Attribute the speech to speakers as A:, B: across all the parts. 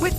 A: With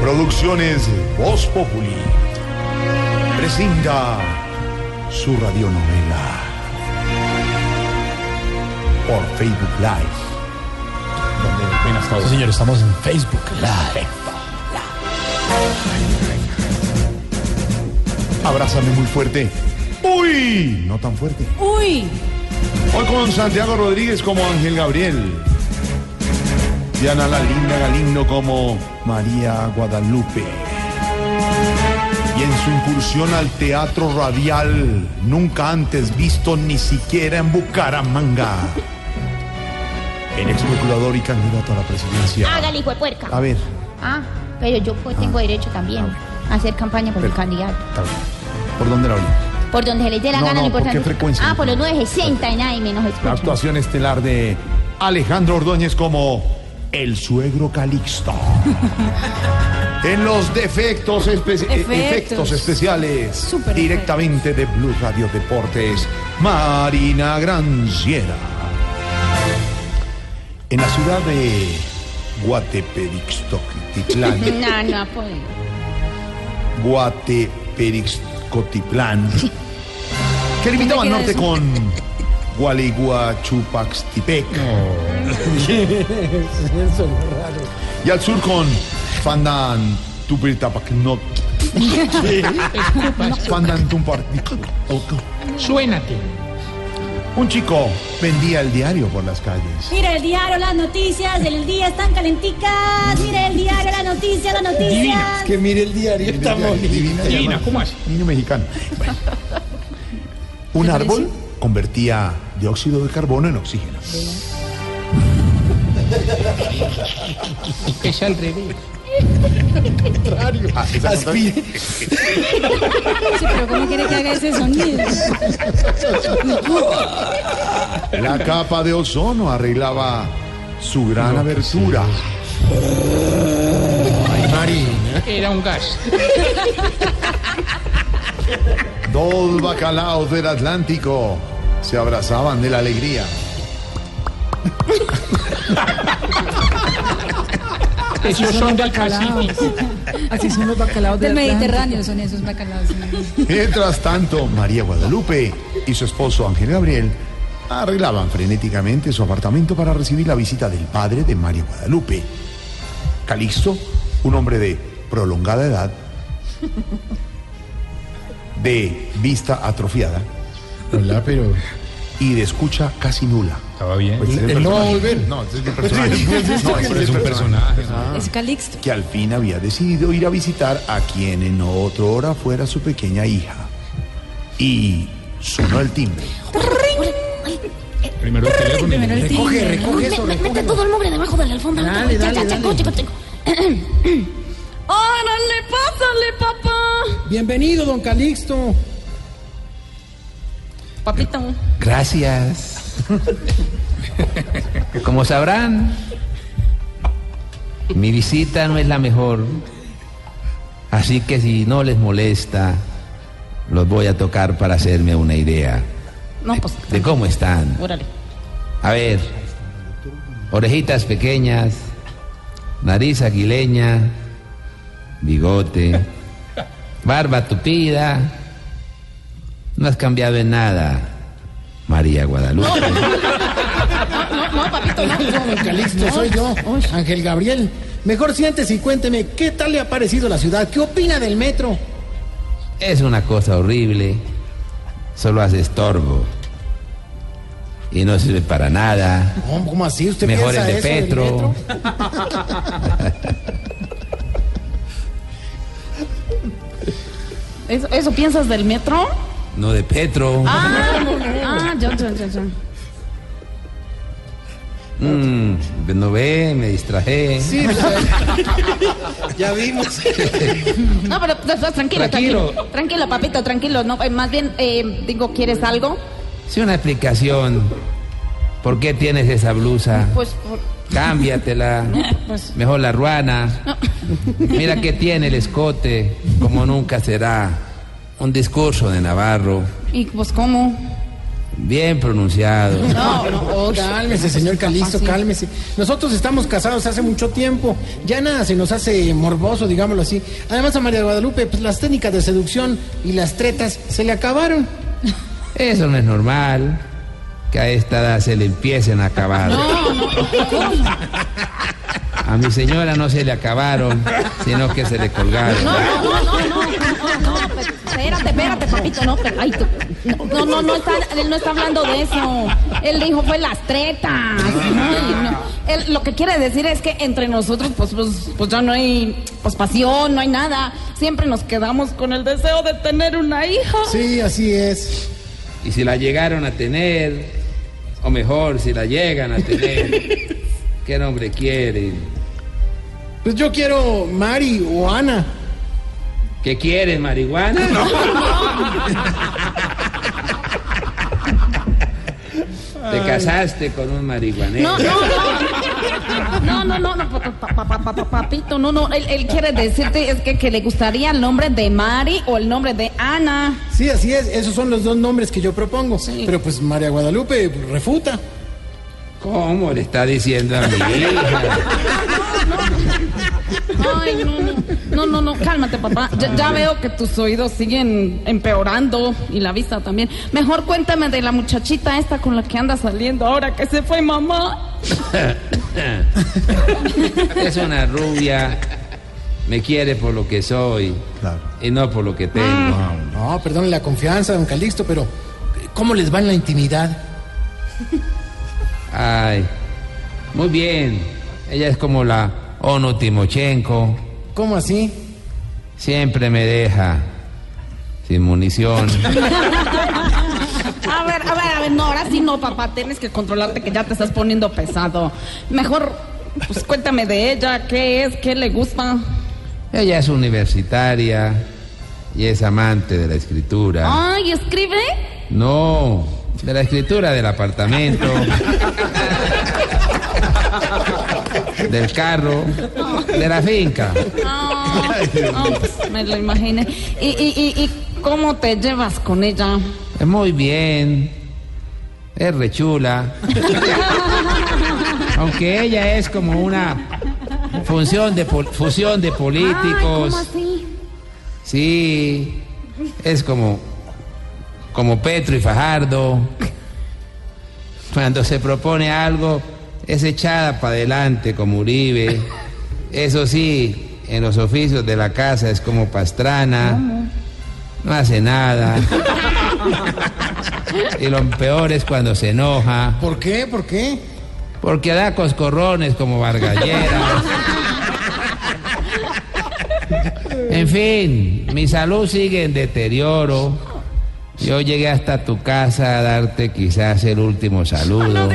B: Producciones Voz Populi presenta su radionovela por Facebook Live. Donde apenas todo.
C: Señor, estamos en Facebook Live.
B: Abrázame muy fuerte. ¡Uy! No tan fuerte.
D: Uy,
B: Hoy con Santiago Rodríguez como Ángel Gabriel. Diana La Linda Galindo como María Guadalupe. Y en su incursión al teatro radial, nunca antes visto ni siquiera en Bucaramanga. El ex procurador y candidato a la presidencia.
E: Hágale, hijo de puerca.
B: A ver,
E: Ah, pero yo pues, tengo derecho también a hacer campaña por el candidato.
B: tal vez. ¿por dónde la oímos?
E: Por donde se les dé la
B: No,
E: gana,
B: no,
E: lo
B: ¿por qué
E: importante.
B: frecuencia?
E: Ah, por los 960 y nadie menos
B: La
E: escucha.
B: actuación estelar de Alejandro Ordóñez como el suegro Calixto. en los defectos espe- eh,
D: Efectos.
B: efectos especiales,
D: Super
B: directamente de Blue Radio Deportes, Marina Granciera. En la ciudad de Guatepedixtotitlán,
E: No, no ha podido.
B: Guatepedixcotitlán, que
E: ¿Qué
B: limitaba
E: me
B: al norte
E: queda eso?
B: con Gualeguachupaxtipec. Y al sur con Fandan Tupirtapacnoc. Fandan
C: Suénate.
B: Un chico vendía el diario por las calles.
F: Mira el diario, las noticias del día están calenticas. Mira el diario, las noticias, las noticias.
C: Divina. Es que mire el diario, está bonita.
B: Divina,
C: Divina,
B: llama-
C: ¿cómo hace?
B: Niño mexicano. Bueno. Un árbol convertía dióxido de carbono en oxígeno.
C: Es al revés.
B: Ah, esa nota-
C: Aspire.
D: sí, pero ¿cómo quiere que haga ese sonido?
B: La capa de ozono arreglaba su gran abertura. Ay, Marina.
C: Era un gas.
B: Dos bacalaos del Atlántico se abrazaban de la alegría.
C: Esos son del Pacífico.
G: Así son los bacalaos
D: Del
G: del
D: Mediterráneo son esos bacalaos.
B: Mientras tanto, María Guadalupe y su esposo Ángel Gabriel arreglaban frenéticamente su apartamento para recibir la visita del padre de María Guadalupe. Calixto, un hombre de prolongada edad, de vista atrofiada
C: Hola, pero
B: y de escucha casi nula.
C: estaba bien.
B: Pues, ese
C: Él no va a
B: personaje.
C: volver.
B: No, ese es el personaje. No, ese es un personaje.
D: Es Calixto.
B: que al fin había decidido ir a visitar a quien en otra hora fuera su pequeña hija. Y sonó el timbre.
C: Primero el teléfono. y
D: Primero el
C: luego-
D: timbre, ¿no?
F: Mete todo el mugre debajo de la alfombra.
G: Dale, dale, dale.
F: Órale, pásale, papá.
G: Bienvenido, don Calixto.
F: Papito.
H: Gracias. Como sabrán, mi visita no es la mejor. Así que si no les molesta, los voy a tocar para hacerme una idea
F: No, pues.
H: de cómo están.
F: Órale.
H: A ver, orejitas pequeñas, nariz aguileña, bigote, barba tupida. No has cambiado en nada, María Guadalupe.
C: No, don Calixto, soy yo, Ángel Gabriel. Mejor siéntese y cuénteme, ¿qué tal le ha parecido la ciudad? ¿Qué opina del metro?
H: Es una cosa horrible, solo hace estorbo y no sirve para nada.
C: ¿Cómo cómo así? ¿Usted
H: Mejor
C: piensa
H: el de
C: eso del
H: Petro.
C: metro?
F: ¿Eso, eso piensas del metro?
H: No de Petro.
F: Ah, ah, yo, yo, yo, yo.
H: Mm, no ve, me distraje.
G: Sí, pues, ya vimos.
E: No, pero no, no, tranquilo,
H: Tranquilo.
E: tranquilo. Tranquilo, papito, tranquilo. No, eh, más bien, eh, digo, ¿quieres algo?
H: Sí, una explicación. ¿Por qué tienes esa blusa?
E: Pues, por-
H: Cámbiatela.
E: pues-
H: Mejor la ruana. Mira que tiene el escote, como nunca será. Un discurso de Navarro,
E: ¿y pues cómo?
H: bien pronunciado.
E: No, pues, no.
C: Oh, cálmese, señor Calixto, cálmese. Nosotros estamos casados hace mucho tiempo. Ya nada se nos hace morboso, digámoslo así. Además, a María de Guadalupe, pues, las técnicas de seducción y las tretas se le acabaron.
H: Eso no es normal. Que a esta edad se le empiecen a acabar. A mi señora no se le acabaron, sino que se le colgaron.
E: No, no, no, no, no, no, no, pero espérate, espérate, papito, no, pero, ay, tú, no, no, no, está, él no está hablando de eso. Él dijo fue las tretas.
G: Ah.
E: Ay, no. Él, lo que quiere decir es que entre nosotros, pues, pues, pues ya no hay, pues pasión, no hay nada. Siempre nos quedamos con el deseo de tener una hija.
C: Sí, así es.
H: Y si la llegaron a tener, o mejor, si la llegan a tener, ¿qué nombre quieren?
C: Pues yo quiero Mari o Ana.
H: ¿Qué quieren, marihuana? Te casaste con un marihuanero.
E: No, no, no. No, no, no, no, pa- pa- pa- pa- pa- papito, no, no. Él, él quiere decirte es que, que le gustaría el nombre de Mari o el nombre de Ana.
C: Sí, así es. Esos son los dos nombres que yo propongo. Pero pues María Guadalupe refuta.
H: ¿Cómo le está diciendo a mi hija?
E: Ay, no, no, no, no, no, cálmate, papá. Ya, ya veo que tus oídos siguen empeorando y la vista también. Mejor cuéntame de la muchachita esta con la que anda saliendo ahora que se fue mamá.
H: Es una rubia, me quiere por lo que soy
B: Claro.
H: y no por lo que tengo.
C: No, perdone la confianza, don Calixto, pero ¿cómo les va en la intimidad?
H: Ay, muy bien. Ella es como la Ono Timochenko.
C: ¿Cómo así?
H: Siempre me deja sin munición.
E: A ver, a ver, a ver, no, ahora sí no, papá, tienes que controlarte que ya te estás poniendo pesado. Mejor, pues cuéntame de ella, qué es, qué le gusta.
H: Ella es universitaria y es amante de la escritura.
E: Ay, escribe.
H: No, de la escritura del apartamento. Del carro, de la finca.
E: Ah, ah, pues, me lo imaginé. ¿Y, y, y, y cómo te llevas con ella?
H: Es muy bien. Es rechula. Aunque ella es como una función de pol- fusión de políticos. Sí. Es como como Petro y Fajardo. Cuando se propone algo es echada para adelante como Uribe. Eso sí, en los oficios de la casa es como Pastrana. No hace nada. Y lo peor es cuando se enoja,
C: ¿Por qué? ¿Por qué?
H: porque da coscorrones como Vargalleras. En fin, mi salud sigue en deterioro. Yo llegué hasta tu casa a darte quizás el último saludo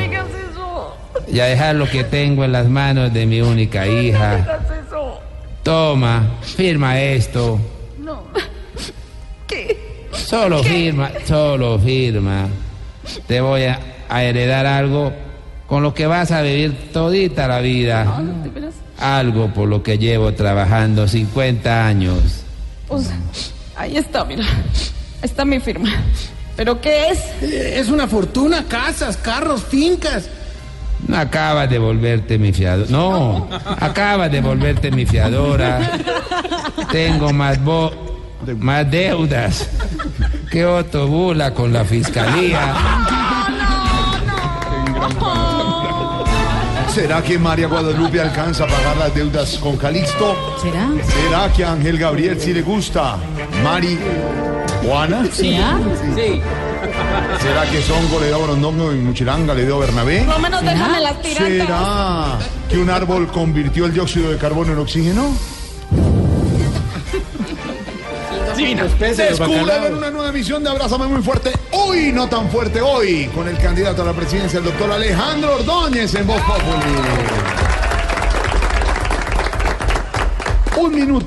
H: y a dejar lo que tengo en las manos de mi única hija. Toma, firma esto. Solo firma, solo firma. Te voy a, a heredar algo con lo que vas a vivir todita la vida. Algo por lo que llevo trabajando 50 años.
E: Pues, ahí está, mira. Está mi firma. ¿Pero qué es?
C: Eh, Es una fortuna, casas, carros, fincas.
H: No acabas de volverte mi fiadora. No, acabas de volverte mi fiadora. Tengo más bo- más deudas que Otto Bula con la fiscalía.
B: ¿Será que María Guadalupe alcanza a pagar las deudas con Calixto?
D: ¿Será?
B: ¿Será que a Ángel Gabriel sí le gusta Mari Juana?
D: ¿Será?
B: ¿Será que Songo le dio a Brondongo y Muchiranga le dio a Bernabé?
E: Por lo menos déjame las tirantes.
B: ¿Será que un árbol convirtió el dióxido de carbono en oxígeno?
I: divina.
B: Descubran una nueva emisión de Abrázame muy fuerte. Hoy, no tan fuerte hoy, con el candidato a la presidencia, el doctor Alejandro Ordóñez en Voz Populi. Un minuto